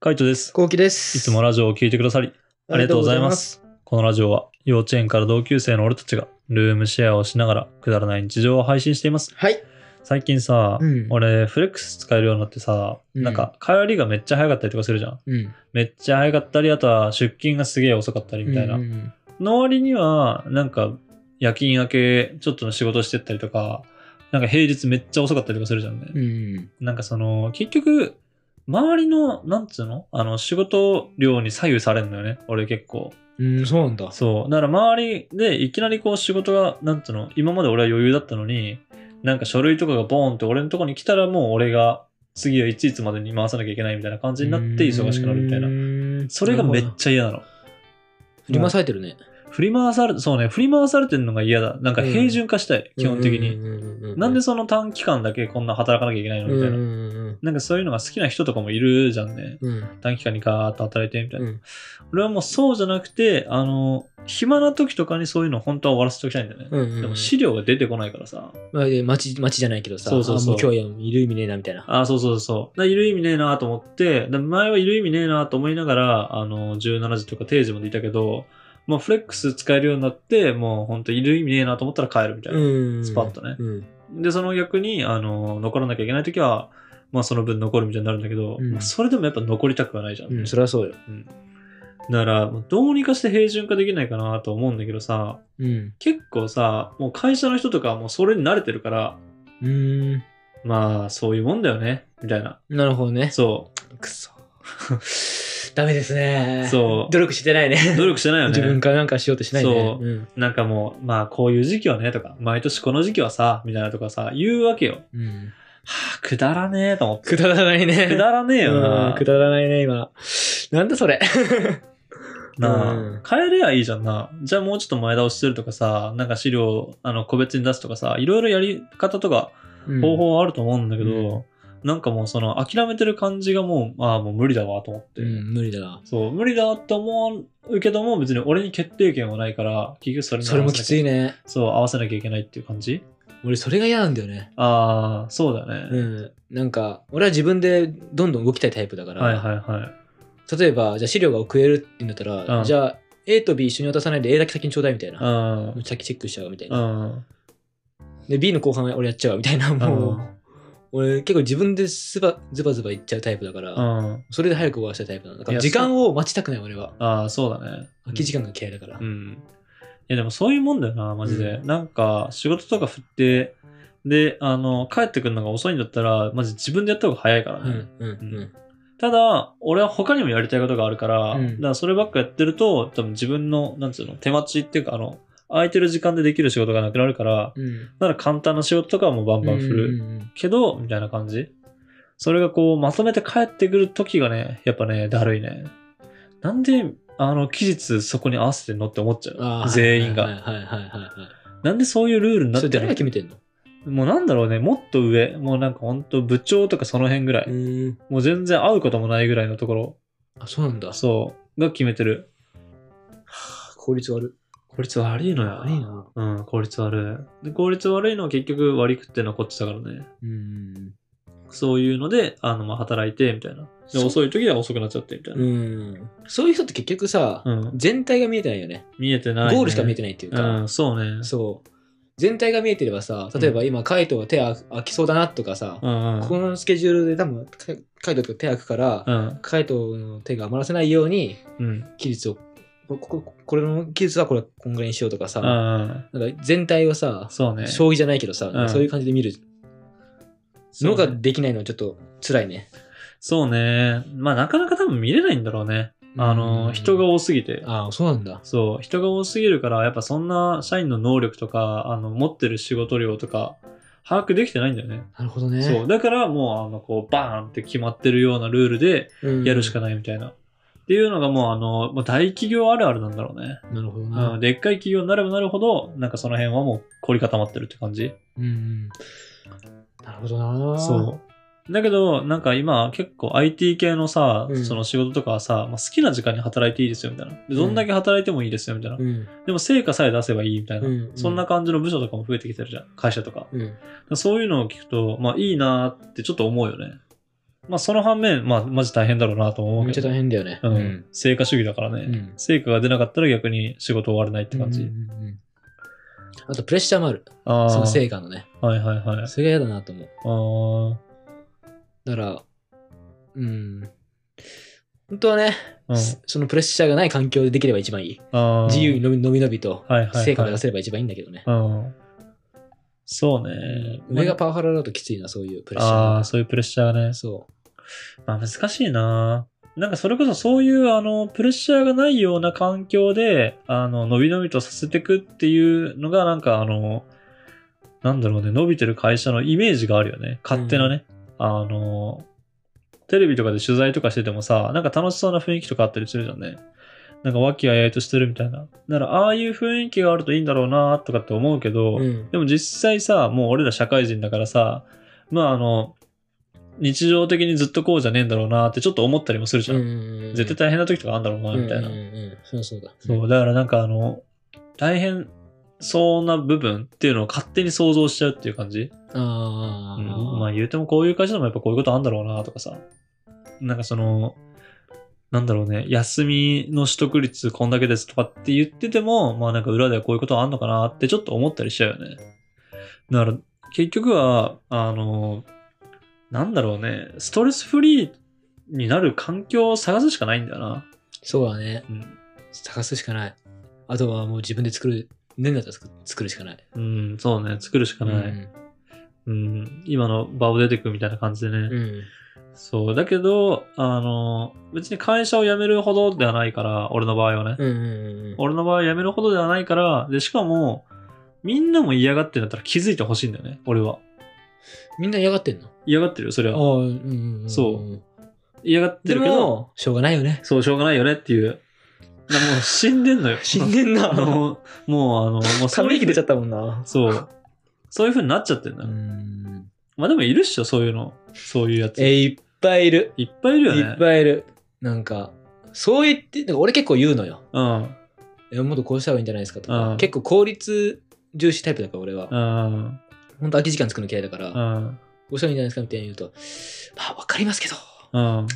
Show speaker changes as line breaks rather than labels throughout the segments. カイトです。
こうきで
い
す。
つもラジオを聞いてくださり、ありがとうございます。このラジオは、幼稚園から同級生の俺たちが、ルームシェアをしながら、くだらない日常を配信しています。
ありがとうございます。
最近さ、
うん
俺、フレックス使えるようになってさ、
うん
なんか、帰りがめっちゃ早かったりとかするじゃん。
はい。うん。
めっちゃ早かったり、あとは出勤がすげえ遅かったりみたいな。
うんうん
の割には、なんか、夜勤明け、ちょっとの仕事してったりとか、なんか平日めっちゃ遅かったりとかするじゃんね。
うん。うん
なんかその、結局、周りの、なんつうのあの、仕事量に左右されるのよね。俺結構。
うん。うん、そうなんだ。
そう。だから周りで、いきなりこう仕事が、なんつうの今まで俺は余裕だったのに、なんか書類とかがボーンって俺のとこに来たらもう俺が、次はいついつまでに回さなきゃいけないみたいな感じになって忙しくなるみたいな。
な
それがめっちゃ嫌なの。
振り回されてるね。
振り回され、そうね、振り回されてるのが嫌だ。なんか平準化したい、基本的に。
に
なんで
そ
その短期間だけこんな働かなきゃいけないの
う
みたいな。
ん
なんかそういうのが好きな人とかもいるじゃんね。
うん。
短期間にガーッと働いてみたいな、
うん
俺はもうそうじゃなくてあの暇な時とかにそういうの本当は終わらせておきたいんだよね、
うん。
でも資料が出てこないからさ
まあで街、街じゃないけどさ、
そうそうそう
あもう今日はいる意味ねえな、みたいな。
ああそうそうそうだいる意味ねえなと思ってだ前はいる意味ねえなと思いながらあの17時とか定時までいたけどまあフレックス使えるようになってもう本当いる意味ねえなと思ったら帰るみたいな、
ん
スパッとね
うん。
でその逆にあの残らなきゃいけない時はまあその分残るみたいになるんだけど、
うん
まあそれでもやっぱ残りたくはないじゃ
うん、それはそうよ。
うんだから、もうどうにかして平準化できないかなと思うんだけどさ、
うん。
結構さ、もう会社の人とかはもうそれに慣れてるから、
うん。
まあ、そういうもんだよね、みたいな。
なるほどね。
そ
くそ。 ダメですね。
そう
努力してないね。
う。努力してないよ
自分
ね。
からなんかしようとしないね。
そう
うん。
なんかもう、まあ、こういう時期はね、とか、毎年この時期はさ、みたいなとかさ、言うわけよ。
うん。
はあ、くだらねえと思って。
くだらないね。
くだらねえよ
う。
なん
くだらないね、今。なんだそれ。う
なあ
ん
変えればいいじゃんな。じゃあもうちょっと前倒しするとかさ、なんか資料、あの、個別に出すとかさ、いろいろやり方とか方法はあると思うんだけど、なんかもうその諦めてる感じがもう、ああ、もう無理だわと思って。
うん、うん、無理だな。
そう、無理だって思うけども、別に俺に決定権はないから、結局それに
それもきつい
ね。
ね。
そう、合わせなきゃいけないっていう感じ
俺、それが嫌なんだよね。
ああ、そうだよ
う
ね。
ん。なんか、俺は自分でどんどん動きたいタイプだから、
はいはいはい。
例えば、じゃあ資料が遅れるって言うんだったら、
うん
じゃあ A と B 一緒に渡さないで A だけ先にちょうだいみたいな。
うん。
先チェックしちゃうみたいうな。
ん。
で、B の後半は俺やっちゃうみたいな。も
うん
う、俺結構自分でスバズバズバいっちゃうタイプだから、
うん。
それで早く終わらせたいタイプなんだか
い
ら、
や
時間を待ちたくない俺は。
ああ、そうだね。
空き時間が嫌いだから。
うん。いや、でもそういうもんだよな、マジで。なんか、仕事とか振って、で、あの、帰ってくるのが遅いんだったら、マジ自分でやった方が早いからね。
うん、うん、うん。
ただ、俺は他にもやりたいことがあるから、
うん
だからそればっかやってると、多分自分の、なんつうの、手待ちっていうか、あの、空いてる時間でできる仕事がなくなるから、
うん。
なら簡単な仕事とかはもうバンバン振る。
うんうんうん
けど、みたいな感じ。それがこう、まとめて帰ってくる時がね、やっぱね、だるいね。なんで、あの、期日そこに合わせてんのって思っちゃ
あー
う。全員が、
はいはいはいはいはいはい。
なんでそういうルールになっ
それ
て
誰
る
が
の
決めてんの
もうなんだろうね、もっと上。もうなんかほんと部長とかその辺ぐらい。
ん。
もう全然会うこともないぐらいのところ。
あ、そうなんだ。
そう。が決めてる。
効率悪
効率悪いのよ。
悪いな。
うん、効率悪い。で、効率悪いのは結局割り食ってるのはこっちだからね。
うん。
そういうので、あの、まあ、働いて、みたいな。で、
そう
遅い時は遅くなっちゃって、みたいな。
うん。そういう人って結局さ、
うん。
全体が見えてないよね。
見えてない、ね。
ゴールしか見え
て
てないっていう
う
か
ん、、そうね。
そう。全体が見えてればさ、例えば今、カイトが手あ開きそうだなとかさ、
うん、うん。
このスケジュールで多分、カカイトと手開くから、
うん。
カイトの手が余らせないように、
うん。
期日を、ここここれの期日はこれこんぐらいにしようとか
う
さ、
んうん。
なんか全体をさ、
そうね。
将棋じゃないけどさ、
うん
そういう感じで見る
そう
のが
ね
できないのはちょっと辛いね。
そうね。まあ、なかなか多分見れないんだろうね。あ
う
の、
ん
人が多すぎて。
ああ、そうなんだ。
そう、人が多すぎるから、やっぱそんな社員の能力とか、あの、持ってる仕事量とか、把握できてないんだよね。
なるほどね。
そう。だからもう、あの、こう、バーンって決まってるようなルールで
うん
やるしかないみたいな。っていうのがもう、あの、もう大企業あるあるなんだろうね。
なるほど
う
な。
ん、でっかい企業になればなるほど、なんかその辺はもう凝り固まってるって感じ。
うんうん。なるほどな。
う。だけど、なんか今結構 IT 系のさ
う、ん
その仕事とかはさ、まあ、好きな時間に働いていいですよみたいな。でどんだけ働いてもいいですよみたいな。
うん。
でも成果さえ出せばいいみたいな。
うん
そんな感じの部署とかも増えてきてるじゃん、会社とか。だか
うん。
らそういうのを聞くと、まあいいなーってちょっと思うよね。まあ、その反面、まあ、マジ大変だろうなと思う
めっ
け
ち
ど、
ゃ大変だよね。
うん。成果主義だからね、
うん
成果が出なかったら逆に仕事終われないって感じ。
うんうんうんうんあとプレッシャーもある。
ああ、
その成果のね。
はいはいはい。
それが嫌だなと思う。
あ
だから、うん。本当はね、
あ、うん
そのプレッシャーがない環境でできれば一番いい。
ああ
自由にのびのびのびと
はいはいはい
成果が出せれば一番いいんだけどね。
うん。そうね。
上がパワハラだときついな、そういうプレッシャー
あ
が。
あ、そういうプレッシャーがね。
そ
まあ難しいな。なんかそれこそそういうあのプレッシャーがないような環境で、あの、伸び伸びとさせていくっていうのがなんかあの、なんだろうね、伸びてる会社のイメージがあるよね。勝手なね。あの、テレビとかで取材とかしててもさ、なんか楽しそうな雰囲気とかあったりするじゃんね。なんか和気あいあいとしてるみたいな。なら、ああいう雰囲気があるといいんだろうなとかって思うけど、
う。うん。
でも実際さ、もう俺ら社会人だからさ、まああの、日常的にずっとこうじゃねえんだろうなってちょっと思ったりもするじゃん。絶対大変な時とかあんだろうな、みたいな。
うんうんうんうんそうそうだ。
そう、だからなんかあの、大変そうな部分っていうのを勝手に想像しちゃうっていう感じ。
あ
うん
あ。
まあ言うてもこういう会社でもやっぱこういうことあんだろうな、とかさ。なんかその、なんだろうね、休みの取得率こんだけですとかって言ってても、まあなんか裏ではこういうことあんのかなってちょっと思ったりしちゃうよね。だから結局は、あの、なんだろうね、ストレスフリーになる環境を探すしかないんだよな。
そうだね。
うん。
探すしかない。あとはもう自分で作る、年だったら作作るしかない。
うん、そうね、作るしかない。
うん
うん、今の場を出てくみたいな感じでね。
うん。
そう、だけど、あの、別に会社を辞めるほどではないから、俺の場合はね。
うんうんうん
俺の場合は辞めるほどではないから、で、しかも、みんなも嫌がってるんだったら気づいてほしいんだよね、俺は。
みんな嫌がってんの
嫌がってるよ、それ
あ
は。
あ、うんうんうん。
そ
うん。
嫌がって
で
るけど、
も、しょうがないよね。。
そう、しょうがないよねっていう。なもう死んでんのよ
死んでん な。
あの、もう、あの、もう
ため
いう
息出ちゃったもんな。
そう。そういう風になっちゃってん
う
だよ。
ん。
まあでもいるっしょ、そういうの。そういうやつ。
え、いっぱいいる。
いっぱいいるよね。
いっぱいいる。なんか、そう言って、なんか俺結構言うのよ。
うん。
え、もっとこうした方がいいんじゃないですかと
う
か
ん。
結構効率重視タイプだから俺は
う。ん。
本当空き時間作るの嫌いだから、
う
こ
ん。
うしたらいいんじゃないですかみたいに言うと、まあわかりますけど、
うん。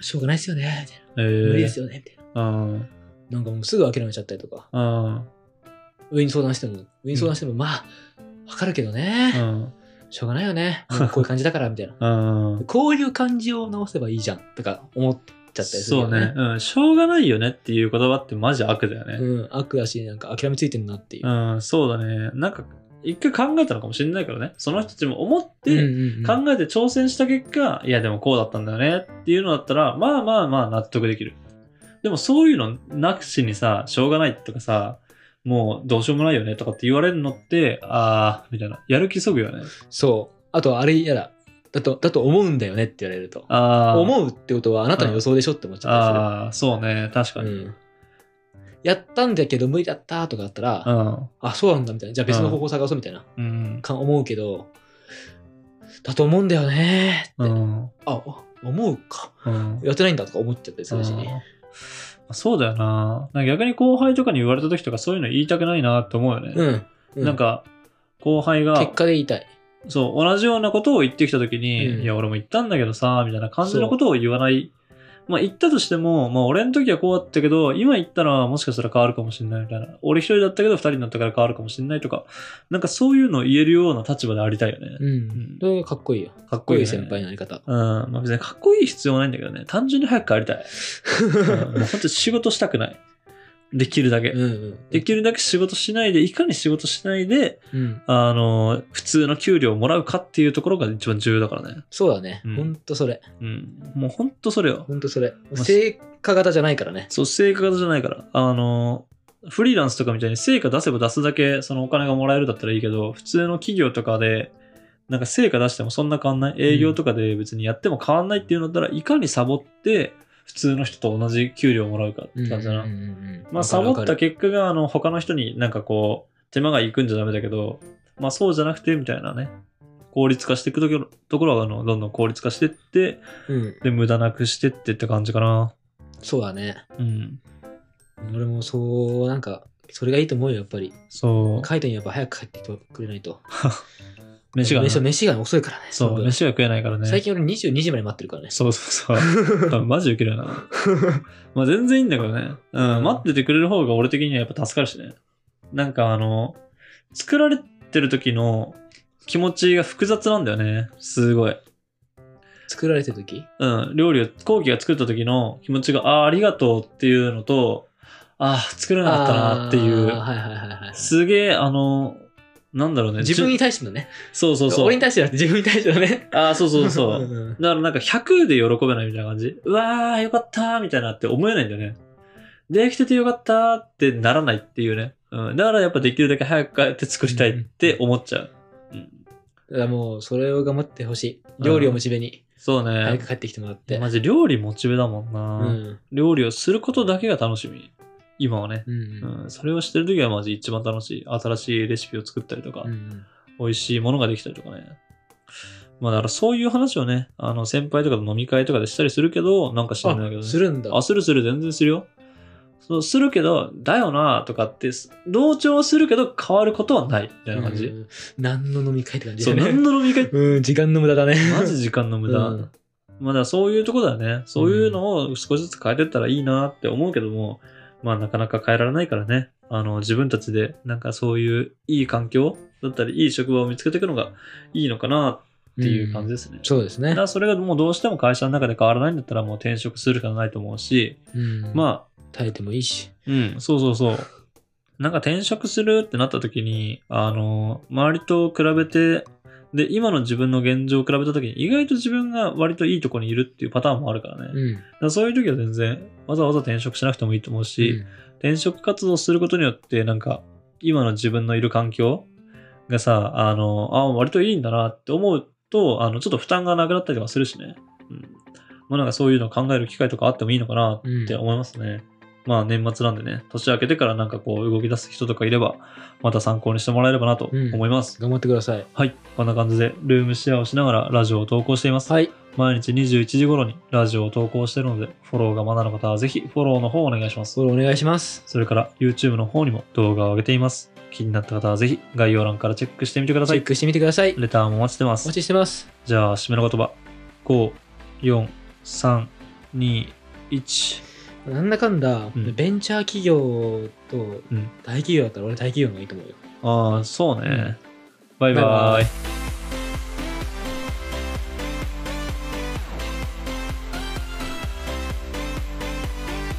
しょうがないですよね、みたい
え
な。無理で
ー
すよね、みたいな。
うん。
なんかもうすぐ諦めちゃったりとか、
うん。
上に相談しても、上に相談しても、まあ、わかるけど
う
ね、
ん。
しょうがないよね、 もうこういう感じだから、みたいな。
うん。
こういう感じを直せばいいじゃん、とか思っちゃったりする
そ
よ
う
ね。
ね。うん。しょうがないよねっていう言葉ってマジ悪だよね。
うん、悪だし、なんか諦めついてんなっていうう。
ん、そうだね。なんか、一回考えたのかもしれないけどね。その人たちも思っ
うん
て、
うんうん
考えて挑戦した結果、いやでもこうだったんだよねっていうのだったら、まあまあまあ納得できる。でもそういうのなしにさ、しょうがないとかさ、もうどうしようもないよねとかって言われるのって、あー、みたいな。やる気そぐよね。
そう。あと、あれやだ。だと、だと思うんだよねって言われると。
あー。
思うってことはあなたの予想でしょって思っちゃっ
あー、そうね。確
た
か
りす
に。
る。うん。やったんだけど無理だったとかだったら、
うん。
あ、そうなんだみたいな。じゃあ別の方法探そうみたいな。
うん。
か思うけど、だと思うんだよね
う
って。
ん。
あ、あ思うか。
うん
やってないんだとか思っちゃったりするし
うん
ね。
そうだよな。なんか逆に後輩とかに言われた時とかそういうの言いたくないなって思うよね。
うん。う
なん、か後輩が
結果で言いたい。
そう同じようなことを言ってきた時に、
うん
いや俺も言ったんだけどさみたいな感じのことを言わない。まあ言ったとしても、まあ俺の時はこうだったけど、今言ったらもしかしたら変わるかもしれないみたいな。俺一人だったけど二人になったから変わるかもしれないとか、なんかそういうのを言えるような立場でありたいよね。
うん。それがかっこいいよ。か
かっ
っこいい
ね
先輩のやり方。
うん。まあ別にかっこいい必要はないんだけどね。単純に早く帰りたい。 うんもう本当に仕事したくない。できるだけ
う。んうん。
できるだけ仕事しないで、いかに仕事しないで、
うん。
あの、普通の給料をもらうかっていうところが一番重要だからね。
そうだね
うん。
ほんとそれ。
うん。もう本当それよ。
ほんとそれ。
し
成果型じゃないからね。
そう、成果型じゃないから。あの、フリーランスとかみたいに成果出せば出すだけ、そのお金がもらえるだったらいいけど、普通の企業とかで、なんか成果出してもそんな変わんない。営業とかで別にやっても変わんないっていうのだったら、いかにサボって、普通の人と同じ給料をもらうかって感じだな。
うんうんうんうん
まあ、サボっ
わ
た
かる
結果が、あの、他の人になんかこう、手間がいくんじゃダメだけど、まあ、そうじゃなくて、みたいなね。効率化していくとこところは、あの、どんどん効率化してって、
わかるうん。
で、無駄なくしてってって感じかな。
そうだね。
うん。
俺もそう、なんか、それがいいと思うよ、やっぱり。
そう。
カイトにやっぱ早く帰ってきてくれないと。
飯がね、
飯飯が遅いからね。
そ
の
う、
分
飯が食えないからね。
最近俺22時まで待ってるからね。
そうそう そう。多分マジウケるよな。まあ全然いいんだけどね。うん、待っててくれる方が俺的にはやっぱ助かるしね。なんかあの、作られてる時の気持ちが複雑なんだよね。すごい。
作られてる時
うん、料理を、後期が作った時の気持ちが、ああー、ありがとうっていうのと、ああ、作れなかったなってい
あー
う。
はいはいはいはい。
すげえ、あの、なんだろうね。
自分に
じ
対してのね。
そうそうそう
俺。に対してだって自分に対してのね。
ああ、そうそうそ う。
んん
だからなんか100で喜べないみたいな感じ。うわー、よかったーみたいなって思えないんだよね。できててよかったーってならないっていうね。うん。だからやっぱできるだけ早く帰って作りたいって思っちゃう。うん。
だからもう、それを頑張ってほしい。料理をモチベに、
そう
早
ね
く。帰ってきてもらって。
マジ料理モチベだもんな、
うん。
料理をすることだけが楽しみ。今はね。
うん。うん
うん。それをしてる時はマジ一番楽しい。新しいレシピを作ったりとか、
うん。
美味しいものができたりとかね。まあだからそういう話をね、あの先輩とかと飲み会とかでしたりするけど、なんか知らないけど
あ
ね。
するんだ。
あ、するする、全然するよ。そうするけど、だよなとかって、す同調はするけど変わることはない、みたいな感じ。
うん。何の飲み会って感じ
そう、
だね。
何の飲み会
うん、時間の無駄だね。
マジ時間の無駄。
うん
まあだからそういうとこだよね。そういうのを少しずつ変えてったらいいなって思うけども、まあなかなか変えられないからね。あの、自分たちで、なんかそういういい環境だったり、いい職場を見つけていくのがいいのかなっていう感じ
ん
ですね。
そうです
だ
ね
か。らそれがもうどうしても会社の中で変わらないんだったらもう転職するしかないと思うし、
うん。あ、
まあ
耐えてもいいし。
うん、そうそうそう。なんか転職するってなった時に、あの、周りと比べて、で、今の自分の現状を比べた時に、意外と自分が割といいとこにいるっていうパターンもあるからね。だか
うん。
らそういう時は全然、わざわざ転職しなくてもいいと思うし、転職活動することによって、なんか、今の自分のいる環境がさ、あの、あ、割といいんだなって思うと、あの、ちょっと負担がなくなったりとかするしね。うん。まあなんかそういうのを考える機会とかあってもいいのかなっ
うん。
って思いますね。まあ年末なんでね、年明けてからなんかこう動き出す人とかいれば、また参考にしてもらえればなと思います。
頑張ってください。
はい、こんな感じでルームシェアをしながらラジオを投稿しています。
はい。
毎日21時頃にラジオを投稿しているので、フォローがまだの方はぜひフォローの方をお願いします。
それお願いします。
それから YouTube の方にも動画を上げています。気になった方はぜひ概要欄からチェックしてみてくだ
チ
さ
ェッ
い。
クしてみてください。
レターもお待ちしてま
お
す
待。ちしてます。
じゃあ、締めの言葉。5、4、3、2、1。
なんだかんだ、
うん
ベンチャー企業と
うん
大企業だったら俺大企業の方がいいと思うよ。
ああ、そうね。バイバイ。